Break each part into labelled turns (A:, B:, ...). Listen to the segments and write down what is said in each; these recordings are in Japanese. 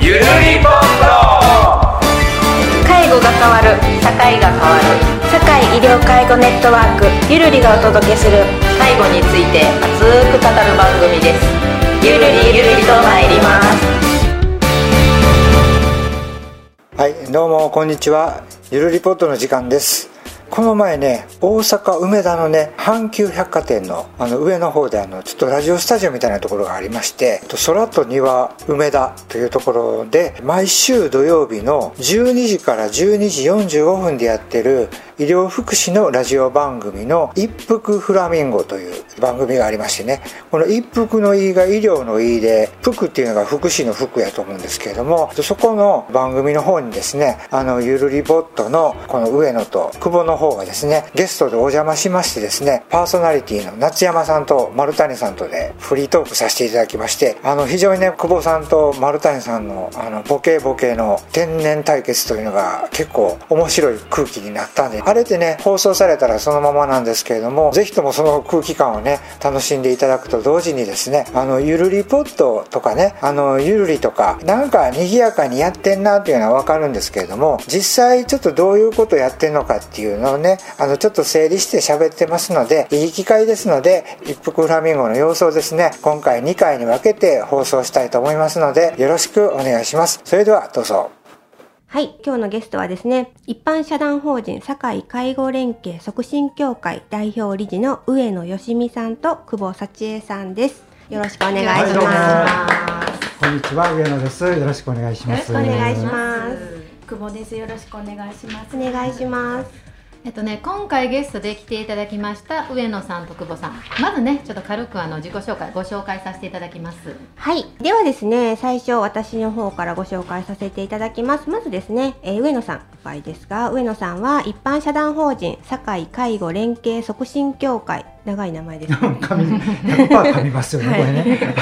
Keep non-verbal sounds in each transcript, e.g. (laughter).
A: ゆるりぽんと
B: 介護が変わる社会が変わる社会医療介護ネットワークゆるりがお届けする介護について熱く語る番組ですゆるりゆるりと参ります
C: はい、どうもこんにちは。ゆるリポートの時間です。この前ね、大阪梅田のね、阪急百貨店のあの上の方であのちょっとラジオスタジオみたいなところがありまして、と空と庭梅田というところで毎週土曜日の12時から12時45分でやってる医療福祉のラジオ番組の一服フラミンゴという番組がありましてね、この一服のいいが医療のいいで、服っていうのが福祉の服やと思うんですけれども、そこの番組の方にですね、あの、ゆるりぼっとのこの上野と久保の方がですね、ゲストでお邪魔しましてですね、パーソナリティの夏山さんと丸谷さんとでフリートークさせていただきまして、あの、非常にね、久保さんと丸谷さんのあの、ボケボケの天然対決というのが結構面白い空気になったんで、あれってね、放送されたらそのままなんですけれども、ぜひともその空気感をね、楽しんでいただくと同時にですね、あの、ゆるりポットとかね、あの、ゆるりとか、なんか賑やかにやってんなっていうのはわかるんですけれども、実際ちょっとどういうことやってんのかっていうのをね、あの、ちょっと整理して喋ってますので、いい機会ですので、一服フラミンゴの様子をですね、今回2回に分けて放送したいと思いますので、よろしくお願いします。それでは、どうぞ。
D: はい、今日のゲストはですね、一般社団法人堺介護連携促進協会代表理事の上野よしみさんと久保幸恵さんです。よろしくお願いします。
C: はいどうもこんにちは、上野です。よろしくお願いします。
D: よろしくお願いします。
E: 久保です。よろしくお願いします。
D: お願いします。
F: えっとね、今回ゲストで来ていただきました上野さんと久保さんまずねちょっと軽くあの自己紹介ご紹介させていただきます
D: はい、ではですね、最初私の方からご紹介させていただきます。まずですね、えー上野さんの場合ですが、上野さんは一般社団法人堺介護連携促進協会長い名前ですね。
C: 噛み、100%噛みますよね、これね。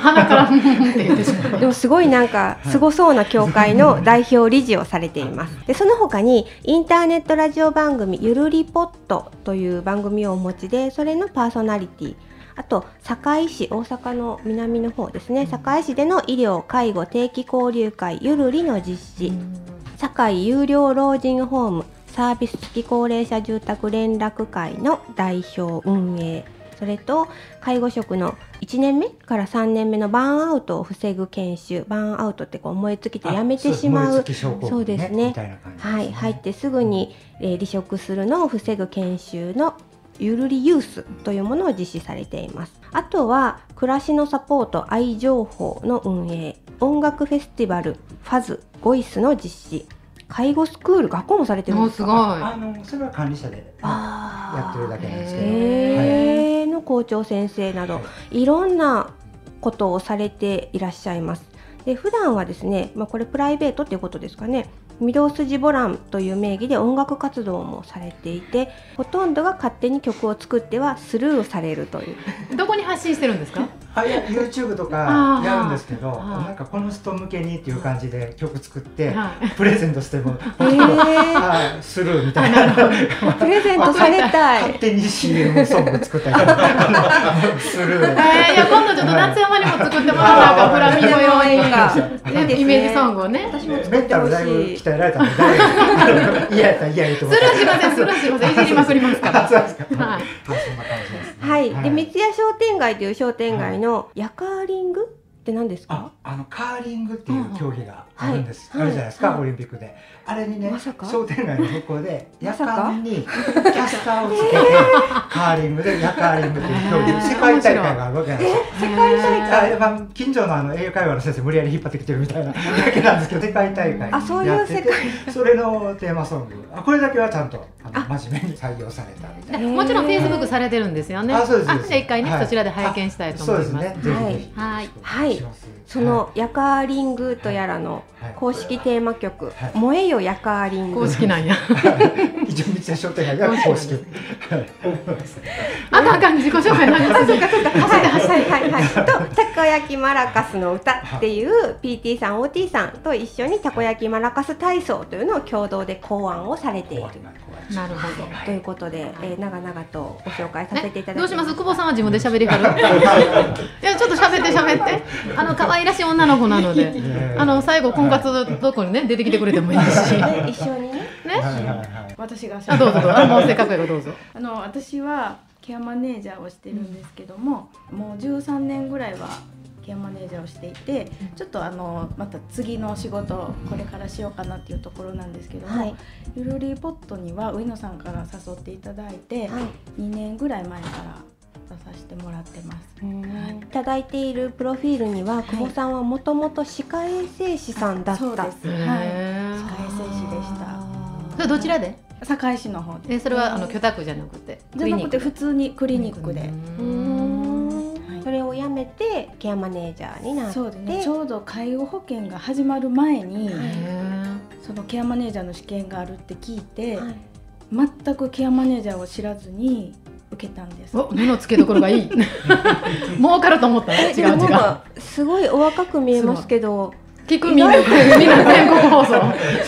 F: 鼻からふんふんって言ってしまう
D: でもすごいなんかすごそうな協会の代表理事をされています。でその他にインターネットラジオ番組「ゆるりポット」という番組をお持ちでそれのパーソナリティあと堺市大阪の南の方ですね堺市での医療介護定期交流会「ゆるり」の実施堺有料老人ホームサービス付き高齢者住宅連絡会の代表運営それと介護職の1年目から3年目のバーンアウトを防ぐ研修バーンアウトってこう燃え尽きてやめてしまう
C: そ
D: そうですね
C: みたいな感じですね
D: はい、入ってすぐに、えー離職するのを防ぐ研修のゆるりユースというものを実施されています。あとは暮らしのサポート愛情報の運営、音楽フェスティバルファズゴイスの実施、介護スクール学校もされてるん
F: もう
D: (laughs) です
F: す
D: か。
F: ごい
C: あのそれは管理者でや
D: あ
C: ってるだけなんですけど、
D: へーの校長先生など
C: はい
D: ろんなことをされていらっしゃいます。で普段はですね、まあ、これプライベートっていうことですかね御堂筋ボランという名義で音楽活動もされていてほとんどが勝手に曲を作ってはスルーをされるという
F: どこに発信してるんですか
C: はい、あいや YouTube とかやるんですけど、
F: あー
C: なんかこの人向けにっていう感じで曲作って
F: はい
C: プレゼントしても、
D: えー、
C: あースルーみたいな。 (laughs)
D: プレゼントされた
C: 勝
D: い
C: 手に CM ソング作ったりとか (laughs) あのスル
F: え
C: ー。
F: ー、いや今度ちょっと夏山にも作ってもらおうなんかフラミンゴ用に
D: (laughs) いいですね
F: イメージソングを
D: (laughs)
F: ね
D: 私も作
C: メ
D: っ
C: ン
D: て
C: タル
D: ほ
C: だいぶ
D: しい
C: 鍛えられたのでだいぶ、嫌やったら嫌やと
F: ス
C: 思っ
F: ル
C: て。
F: ーしませんスルーしませんいじりまくりますか、
C: (laughs) あそうですから
F: は
C: あ
F: い、
C: そんな感じですね。
D: はい、で三ツ矢商店街という商店街のヤカーリングって何ですか
C: ああのカーリングっていう競技が
D: うんう
C: あ
D: ん
C: るんです、
D: はい
C: あるじゃないですか、
D: はい
C: オリンピックであれにね、
D: まさか
C: 商店街の向こうで
D: ま
C: 夜
D: さか
C: 間にキャスターをつけて、カーリングで夜カーリングっていう競技、
F: へー
C: 世界大会があるわけなんですよ
D: 世界大会
C: あれは近所のあの英会話の先生無理やり引っ張ってきてるみたいなだけなんですけど世界大会
D: あそういう
C: やって
D: 世
C: て
D: 界
C: それのテーマソングあこれだけはちゃんとあの
D: あ
C: 真面目に採用されたみたい
F: でもちろんフェイスブックされてるんですよね
C: あそうですそうです
F: じゃあ一回ね、
C: はい
F: そちらで拝見したい
C: な
F: と
C: そう
F: 思
C: で
F: い
C: す
F: ます
C: ねぜひぜひ
D: はい
C: よろしくお願します
D: そのヤカーリングとやらの
G: はい
D: 公式テーマ曲
G: は
D: 「
G: い
D: 燃えよヤカーリング」
F: 公式なんや。
G: はい一応道田商店街が公式
F: 公あかんあかん、自己紹介長すぎる。
D: はいはいはいはい、と「たこ焼きマラカスの歌」っていう PT さん OT さんと一緒にたこ焼きマラカス体操というのを共同で考案をされている
G: 怖いな怖い
F: なるほど。
D: ということで、えー長々とご紹介させていただき
F: どうします
D: す
F: 久保さんは自分で喋りはるいやちょっと喋って喋ってあの可愛らしい女の子なのであの最後婚活どこにね出てきてくれてもいいしね
D: 一緒にね
G: はいはいはい
E: 私がし
F: あどうぞどうぞあもうせっかくやからどうぞ
E: あの私はケアマネージャーをしてるんですけども、もう13年ぐらいはケアマネージャーをしていて、ちょっとあのまた次の仕事をこれからしようかなっていうところなんですけども、
D: はい
E: ゆるりポットには上野さんから誘っていただいて、
D: はい
E: 2年ぐらい前から出させてもらってます。
D: いただいているプロフィールには久保さんはもともと歯科衛生士さんだった、
E: そうです。
F: へ
E: はい。
F: ー
E: 歯科衛生士でした。
F: それどちらで
E: 堺市の方で。
F: えそれはあの居宅じゃなくて
E: じゃなくて普通にク
F: ク
E: リニックで。
D: うー
F: うん
D: ん
E: はい
D: それをやめてケアマネージャーになって
E: そうですね、ちょうど介護保険が始まる前に、
F: へー
E: そのケアマネージャーの試験があるって聞いて、
D: はい
E: 全くケアマネージャーを知らずに受けたんです。
F: お目の付けどころがいい儲かると思ったら違う
D: えで
F: 違
D: も
F: う
D: なんかすごいお若く見えますけど
F: 聞くみんなみんな全国放送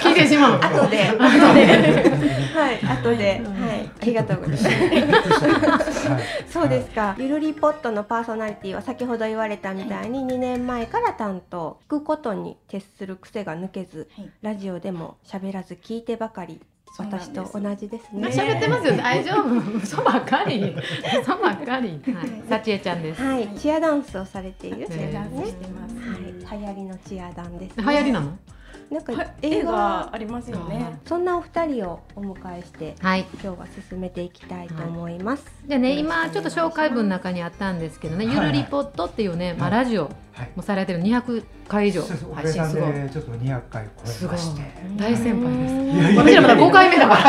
F: 聞いてしまう
D: 後で後ではい後ではいありがとうございます
G: はい
D: そうですか。ゆるりポットのパーソナリティは先ほど言われたみたいに2年前から担当。聞くことに徹する癖が抜けず、
E: はい
D: ラジオでも喋らず聞いてばかり。
E: そうなんで
D: 私
E: す
D: と同じですね。
F: 喋ってますよ、大丈夫、嘘ばっかり、嘘ばっかり。はい、さちえちゃんです。
D: はい、チアダンスをされている。
F: ね
E: チアダンスしてます。
D: はい、流行りのチアダンです、
F: 流行りなの。
D: なんか
E: はい
D: 映
E: 映
D: 画
E: 画。ありますよね。
D: そんなお二人をお迎えして、
F: はい、
D: 今日は進めていきたいと思います。
F: じゃあね、今ちょっと紹介文の中にあったんですけどね、
G: はい
F: ゆるりポットっていうね、まあ、ラジオ。
G: はい
F: もされてる200回以上
G: そうそうおか
F: 配
G: げ
F: 信
G: さん
F: すごい。
G: でちょっと200回超
F: す
G: え
F: ごい
G: まして。
F: 大先輩
E: (laughs)
F: です。
G: いやいや
F: 私らまだ5回目だから。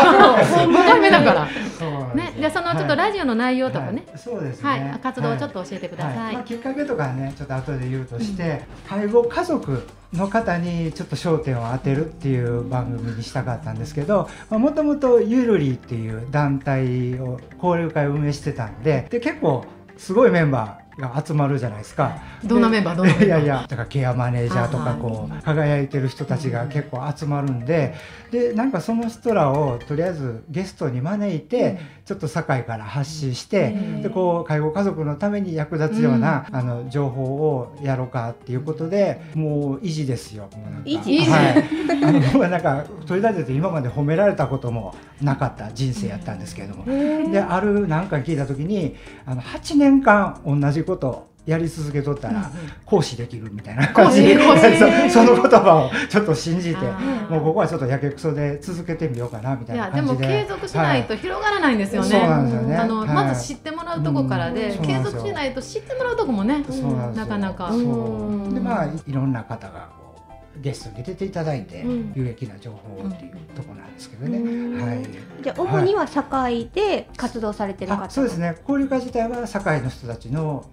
F: 5回目だから。
G: そうなんです
F: ね
G: よ、
F: じゃあ、そのちょっとラジオの内容とかね。
G: はいそうですね。
F: はい、活動をちょっ
G: はい
F: と教えてくださ
G: はい
F: い
G: まあ、。きっかけとかねちょっと後で言うとして、介護家族の方にちょっと焦点を当てるっていう番組にしたかったんですけどもともとゆるりっていう団体を交流会を運営してたんでで結構すごいメンバーが集まるじゃないですか。
F: どんなメンバー、どんなメンバー。
G: いやいやだからケアマネージャーとかこう輝いてる人たちが結構集まるんででなんかその人らをとりあえずゲストに招いてちょっと堺から発信してでこう介護家族のために役立つようなあの情報をやろうかっていうことでもう維持ですよ。もうなんか
D: 維持
G: はいあのもうなんか取り立てて今まで褒められたこともなかった人生やったんですけれどもであるなんか聞いた時にあの8年間同じことやり続けとったら行使できるみたいな感じで
F: 講師
G: その言葉をちょっと信じて
F: あー
G: もうここはちょっとやけくそで続けてみようかなみた
F: い
G: いな
F: やで
G: 感じ
F: も
G: で
F: 継続しないと広がらないんですよね。
G: そうなんですよね
F: あの
G: はい
F: まず知ってもらうとこからで、
G: うん
F: 継続しないと知ってもらうとこもね。
G: そうなんです
F: な
G: よ
F: かなか
G: そうでまあいいろんな方がこうゲストに出ていただいて、有益な情報をっていうところなんですけどね、はい
D: じゃあ主には堺で活動されてる方、
G: あそうですね交流会自体は堺の人たちの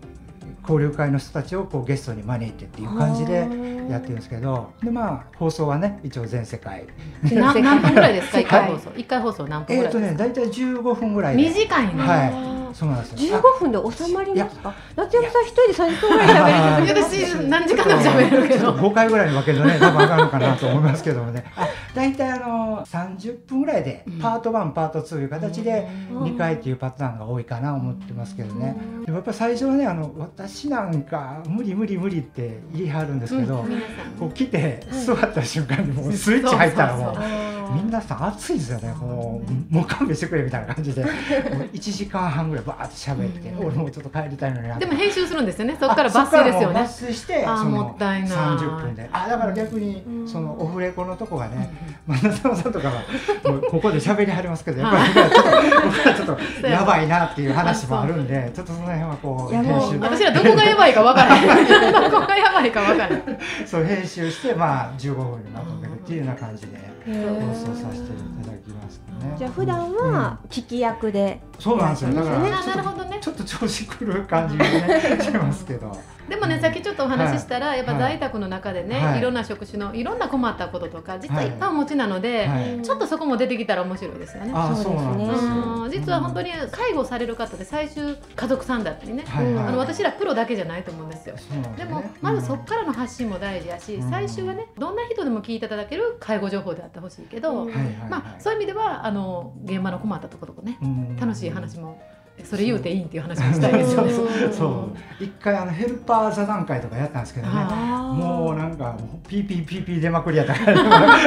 G: 交流会の人たちをこうゲストに招いてっていう感じでやってるんですけどでまあ放送はね一応全世界
F: な何分ぐらいですか
D: 世
F: 一
D: 界
F: 回放送？一回放送何分
G: え
F: ぐ
G: っ、
F: らい
G: と
F: ですか？
G: ね大体15分ぐらいで
F: 短いね。
G: はいそうなんですよ
D: 15分で収まりますか夏山さん一人で30分ぐらい喋り
G: あ
F: いや私何時間でも喋れるけ
G: ちょっ
F: ど。
G: と5回ぐらいに分けると (laughs) ね多分上がるのかなと思いますけどもねあ大体あの30分ぐらいでパート1、パート2という形で2回っていうパターンが多いかな思ってますけどねでもやっぱ最初はねあの私なんか無理無理無理って言い張るんですけど、
F: 皆さん
G: こう来て座った瞬間にもうスイッチ入ったらもう
F: そう
G: みんなさ暑いですよねもうもう勘弁してくれみたいな感じでもう1時間半ぐらいバーッと喋って俺もちょっと帰りたいのになって
F: でも編集するんですよね。そこから抜粋ですよね。
G: あそっからもう抜粋して
F: あー
G: その
F: もったいない
G: 30分であだから逆にそのオフレコのとこがね真田さんとかはもうここで喋りはります
F: (laughs)
G: けどやっぱり僕はちょっと僕はちょっとやばいなっていう話もあるんでちょっとその辺はこう
D: や
G: 編
D: もう
G: 集 (laughs)
F: 私らどこがやばいかわからない。どこがやばいかわからない。
G: そう編集してまあ15分にまとめるっていうような感じで放送させていただきましたね。
D: じゃあ普段は聞き役で、
G: そうなんですよだから
F: あなるほどね
G: ちょっと調子狂う感じがねします
F: (laughs)
G: けど。
F: でもねさっきちょっとお話ししたら、
G: はい
F: やっぱ在宅の中でね、、
G: はいい
F: ろんな職種のいろんな困ったこととか実は
G: はい
F: いっぱいお持ちなので、
G: はい
F: ちょっとそこも出てきたら面白いですよね。
G: あー
D: そ
G: そうう
D: ですね
G: なんですよ
F: うん実は本当に介護される方で最終家族さんだったりね、
G: はいはい
F: あの私らプロだけじゃないと思うんですよ。
G: そうなん
F: です
G: ね
F: もまずそこからの発信も大事やし、
G: うん
F: 最終はねどんな人でも聞いていただける介護情報であってほしいけど、
G: はいはいはい
F: まあそういう意味ではあの現場の困ったところとかね、
G: うん
F: 楽しい話もそれ言うていいんっていう話もしたいですよね。
G: そうそうそう一回あのヘルパー座談会とかやったんですけどね
F: あ
G: もうなんかもうピーピーピーピー出まくりやったからもうもう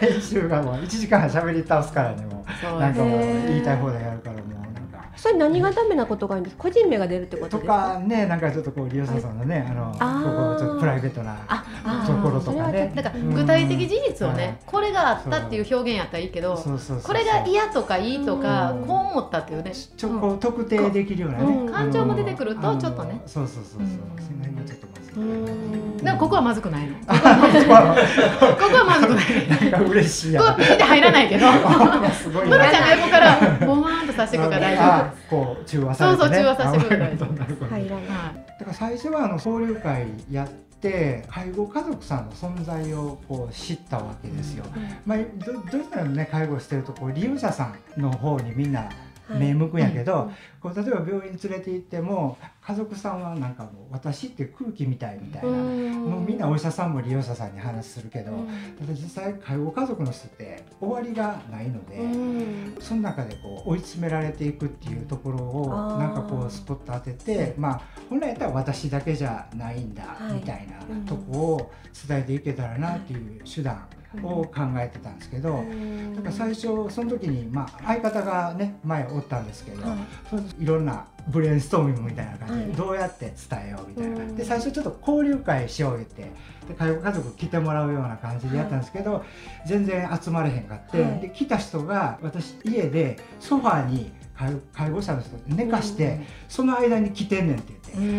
G: 来週がもう1時間喋り倒すからねも
F: そうう
G: なんかもう言いたい放題やるからもうなんか
D: それ何がダメなことがあるんですか個人名が出るってこと
G: と
D: ですか
G: かねなんかちょっとこう利用者さんのねあの
D: あー
G: ここちょっとプライベートな
D: ああー
G: ところとかね
F: なんか具体的事実をね、
G: うん
F: これがあったっていう表現やったらいいけど
G: そうそうそう
F: これが嫌とかいいとか、こう思ったっていうね
G: ちょこう特定できるようなね、
F: うん感情も出てくると
G: あの
F: ちょっとね
G: そうそうそうそう、
F: うん
G: その辺がちょっとまずい
F: でもここはまずくないのここ
G: あ
F: はまずくない
G: なんか嬉しいや
F: ここはピーで入らないけど
G: すごい
F: ムロちゃん
G: な。
F: が横からボワーンとさしてくから大丈
G: あこう中和され
F: そう
G: て、ね、
F: そう中和させてくれたら
G: あそういうことになるから
D: 入らない
F: 夫、はい
G: だから最初はあの交流会やって介護家族さんの存在をこう知ったわけですよ。まあ、どどうしたらね介護してるとこう利用者さんの方にみんな目向くんやけど、こう例えば病院連れて行っても家族さんはなんかもう私って空気みたいみたいな、もうみんなお医者さんも利用者さんに話するけど、ただ実際介護家族の人って終わりがないので、その中でこう追い詰められていくっていうところ
D: あー
G: をなんかこうスポット当ててまあ本来やったら私だけじゃないんだ
D: はい
G: みたいなとこを伝えていけたらなっていう手段を考えてたんですけど。だから最初その時に、まあ、相方がね前おったんですけど、
D: はい
G: い、いろんなブレインストーミングみたいな感じ
D: はい
G: でどうやって伝えようみたいな、
D: うん
G: で最初ちょっと交流会しよう言ってで介護家族来てもらうような感じでやったんですけど、全然集まれへんかって、
D: はい
G: で来た人が私家でソファーに介護介護者の人寝かして、その間に来てんねんって言って、
D: うん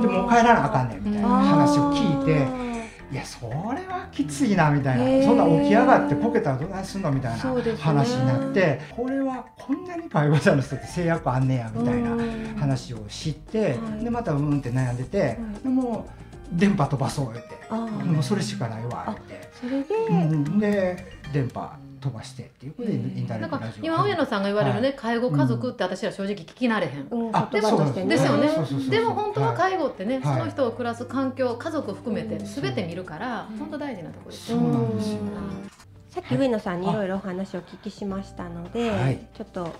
G: ででもう帰らなあかんねんみたいな話を聞いて。
D: て
G: いやそれはきついなみたいな、
D: へー
G: そんな起き上がってこけたらどないすんのみたい
D: そうです
G: な
D: ね
G: 話になって、これはこんなに介護者の人って制約あんねやみたいな
D: な
G: 話を知って、
D: はい
G: でまたうんって悩んでて、
D: い
G: でもう電波飛ばそう言って、
D: あー
G: もうそれしかないわって、
D: それで、
G: うんで電波飛ばしてっていうことでインター
F: な
G: ネ
F: ん
G: ット
F: か
G: ラジオ
F: 今上野さんが言われるね、
G: は
F: 介護家族って私ら正直聞き慣れへん、
D: うん、言葉
G: あ
D: と
G: そうなん
D: してね
F: ですよね
G: そうそうそうそう
F: でも本当は介護ってね、
G: はい
F: その人を暮らす環境家族含めて
D: うん
F: 全て見るから、本当大事なところです
G: そ
F: よ
G: うなんですよ、
D: さっき上野さんにいろいろお話をお聞きしましたので、
G: はい
D: ちょっと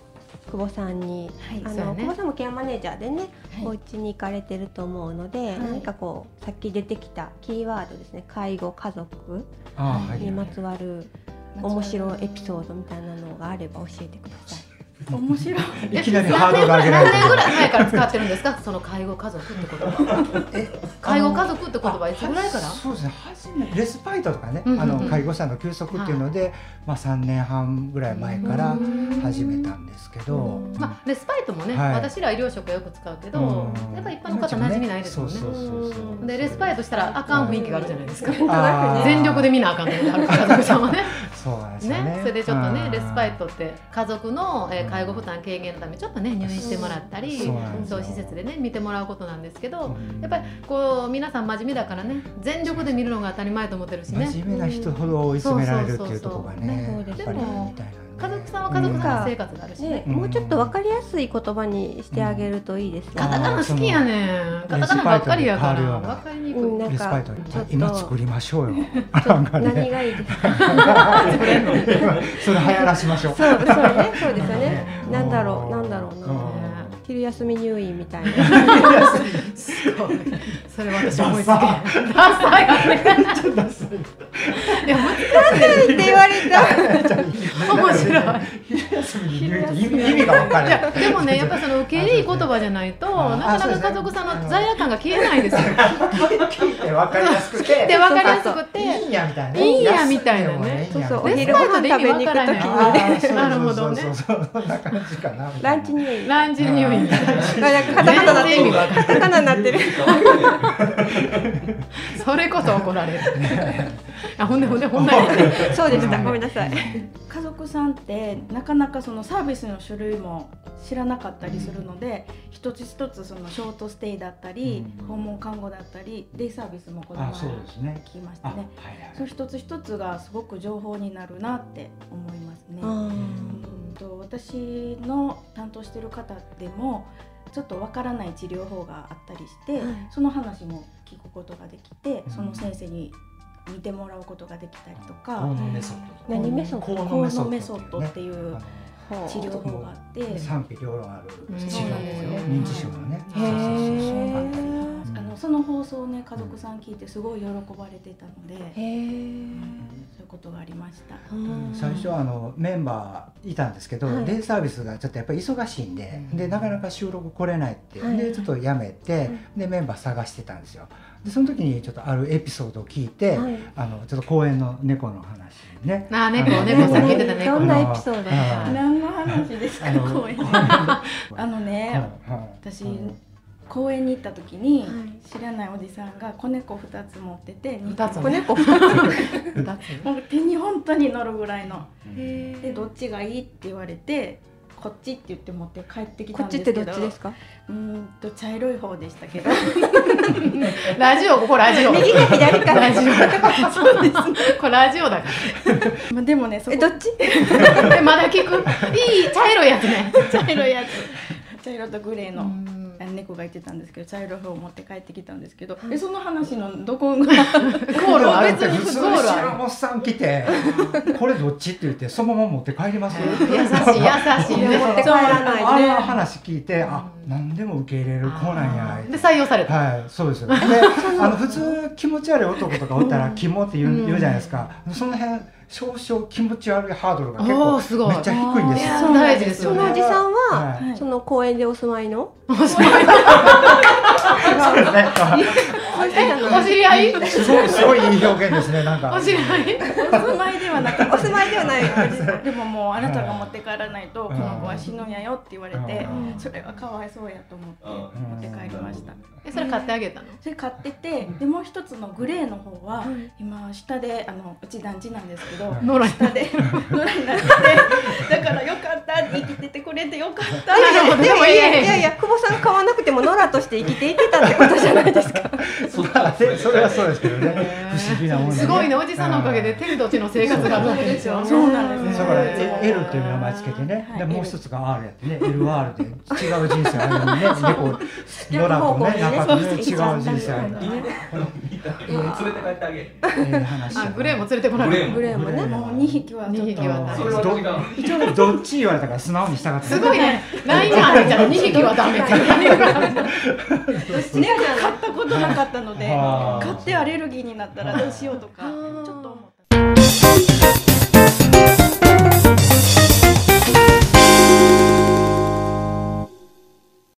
D: 久保さんに、あ
E: はい
F: そうや
D: の
F: ね
D: 久保さんもケアマネージャーでね、
E: はい
D: お家に行かれてると思うので、
E: い
D: 何かこうさっき出てきたキーワードですね介護家族
G: あーはい
D: にまつわる面白いエピソードみたいなのがあれば教えてください。
E: 面白い
G: いきなりハードル上げら
F: 何
G: れて
F: 年ぐらい前から使ってるんですかその介護家族って言葉介護家族って言葉いつぐらいから
G: あそうですね初めレスパイトとかね、
F: うんうんうん
G: あの介護者の休息っていうので、まあ、3年半ぐらい前から始めたんですけど、
F: まあ、レスパイトもね、
G: はい
F: 私ら医療職はよく使うけど、
G: うん
F: やっぱ一般の方馴染みないですもんね
G: そうそうそうそう
F: でレスパイトしたらあかん雰囲気があるじゃないですか
G: あー
F: 全力で見なあかんのである家族さんはね
G: (laughs) そうなんですよね
F: ねそれでちょっとね
G: うん
F: レスパイトって家族の、えー介護負担軽減のためちょっとね入院してもらったり
G: そうなんです
F: そ
G: よ
F: う施設でね見てもらうことなんですけど、
G: うん
F: やっぱりこう皆さん真面目だからね全力で見るのが当たり前と思ってるしね
G: 真面目な人ほど追い詰められるっていうところがね
D: そうそうそうそう
G: やっぱり
F: でも
G: みたいなんで
F: 家族さんは家族さんの生活があるしね、
D: ね、
G: うん
D: もうちょっと分かりやすい言葉にしてあげるといいですね。
F: カタカナ好きやねんカタカナばっかりやからわかりにくい、
D: うんなん
G: レスパ
D: か
G: イトに
D: ちょっと
G: 今作りましょうよ
F: (laughs)
D: ちょ
G: な
D: っ
G: ん
D: と
G: か
D: 何
G: ね
D: がいいですか (laughs)
G: それ流行らしましょう
D: そう、そうね、そうですよね。
G: うん
D: なんだろう、なんだろう
G: うん
D: な。昼休み入院みたいな。
F: すごい。それ私思いつけない。ダサいよね。
G: ちょっとダサい
F: いや難
D: って言われ
F: (laughs)
D: た。
F: しい。面白い。
G: 昼休みに言うと意味意味が分か
F: い
G: らない
F: や
G: (laughs)
F: でもねやっぱりその受け入れいい言葉じゃないと
G: あ
F: なか
G: そうで
F: な
G: す
F: か
G: ね
F: 家族さんの罪悪感が消えないですよ。
G: 聞いて分かりやすくて
F: で分かりやすくて。
G: いいんやみたいな。
F: いいんやみたいなね
D: そうそう、お
G: いいんやみたい
D: 昼ご飯食べに行くときにね。
F: お昼
G: なあーそうそうそうそう
F: なるほどね
G: そうそうそうそんな感じかな。
D: ランチ入院。
F: ランチ入院 (laughs) みたいな。
D: カタカナになって
F: 全然意味
D: る。
F: わかんない
D: カタカナになってる。
F: そそれこそ怒られるあほんでほんでほんなに
D: そうでした。ごめんなさい。
E: 家族さんってなかなかそのサービスの種類も知らなかったりするので、一つ一つそのショートステイだったり、
G: うん
E: 訪問看護だったりデイサービスもこの前
G: あそうですね
E: 聞きまし
G: あ
E: た
G: はい
E: ね
G: は
E: その
G: い
E: 一つ一つがすごく情報になるなって思いますね。うんと私の担当してる方でもちょっとわからない治療法があったりして、
D: はい
E: その話も聞くことができて
G: うん
E: その先生に見てもらうことができたり
G: 効
E: とか
G: 能メソッドとか
D: 何メソッド
G: 効
E: 効
G: 能
E: 能
G: メ
E: メ
G: ソ
E: ソ
G: ッ
E: ッ
G: ド
E: ド
G: っ
E: ってて
G: い
E: いうう
G: ね
E: 治療法があって。
G: あの賛否両論ある治
E: そうなんですよ
G: 療認知症のね
F: うん
G: そうそうそうそう
D: へ
E: あのその放送をね家族さん聞いてすごい喜ばれてたので、
D: え。へ
E: そういうことがありました。
D: え。
G: 最初はあのメンバーいたんですけど、
D: はい
G: デイサービスがちょっとやっぱり忙しいんで,、でなかなか収録来れないって、
D: はい
G: でちょっとやめて、でメンバー探してたんですよでその時にちょっとあるエピソードを聞いて、
D: はい
G: あのちょっと公園の猫の話
F: (laughs)
G: ね
F: あ猫
G: あの
F: 猫さっき言ってた
D: ど
F: 猫
D: ん
F: の
D: なエピソード
G: あの
E: 何の話ですか
G: あの
E: 公園
G: 公園
E: あのね、
G: はいはい
E: 私
G: うん
E: 公園に行った時に、
D: はい
E: 知らないおじさんが子猫2つ持ってて
F: 二つ
E: も
F: 子猫二つ二つ
E: う手に本当に乗るぐらいの
D: へ
E: でどっちがいいって言われてこっちって言って持って帰ってきた
D: こ
E: ん
D: っ
E: で
D: ち
E: す
D: って
E: けど
D: どっちですか？
E: うーんと茶色い方でしたけど (laughs)
F: ラジオここラジオ
D: 右か左か
F: ラジオ
E: そうですね
F: これラジオだか
E: まあでもねそこ
D: えどっち？
F: らえまだ聞くいい茶色いやつね
E: 茶色いやつ茶色とグレー
F: う
E: の
F: ん
E: 猫がいてたんですけど茶色い方を持って帰ってきたんですけど、
D: はい
E: えその話のどこ
D: (laughs)
F: ゴ
E: が (laughs)
F: ールはある
G: 別に普通
F: ゴー
G: に
F: ルはある
G: 白モスさん来
F: (laughs)
G: てこれどっちって言ってそのまま持って帰ります
F: 優しい優しいね
D: 持って帰らない
G: あ
D: で。
G: の話聞いて、あ何でも受け入れる子なんや
F: で採用された
G: はいそうですよで
F: (laughs)
G: あの普通気持ち悪い男とかおったら「キモ」って言う,、言うじゃないですかその辺少々気持ち悪いハードルが結
F: お
G: 構
F: ーすごい
G: めっちゃ低いんですよ
E: あー
F: そう大事です
D: そ
F: よ
D: のお
F: ね
D: じさんは、
G: はい
E: はい
D: その公園でお住まいの。
G: そうですね
F: お知り合いお
G: すごいすごいいい表現ですねなんか
F: 知り合い
E: お住まいではなかった
D: お住まいではない。
E: でももうあなたが持って帰らないとこの子は死ぬんやよって言われて
G: うん
E: それはかわいそうやと思って
A: う
E: 持って帰りました
F: えそれ買ってあげたの
E: それ買っててでもう一つのグレーの方は
D: はい
E: 今下であのうち団地なんですけど
F: ノラに
E: 下で野良になってだからよかったって生きててくれてよかった
F: なるほど
D: で
F: で
D: も
F: も
D: い
F: いい
D: やいやいや久保さん買わなくてもノラとして生きていけたってことじゃないですか。
G: まあでそれはそうですけどね不思議なもん
F: すごいねおじさんのおかげで天と地の生活があるわけですよ
E: そうなんです
G: だ
E: よ
G: から
E: え
G: L という名前つけてね、
E: はい
G: で
E: L
G: もう一つが R やってね LR で違う人生歩
F: (laughs)
G: むね猫野良とね中とね違う人生歩むね
A: 連れて帰ってあげる。
G: ええ話や
F: あ
G: な
F: グレーも連れてこな
A: グレ
F: い
A: ー
D: グレーも
G: グレ
D: ね。
E: もう2匹はちょ
F: 二
E: っ
F: 匹はダ
A: そ
F: メ
A: れは違う。
G: 一応どっち言われたから素直に従って
F: すごいねラインがあるじゃん2匹はダメ
A: (laughs)
E: と猫飼ったことなかったので
G: あー
E: 飼ってアレルギーになったらどうしようとか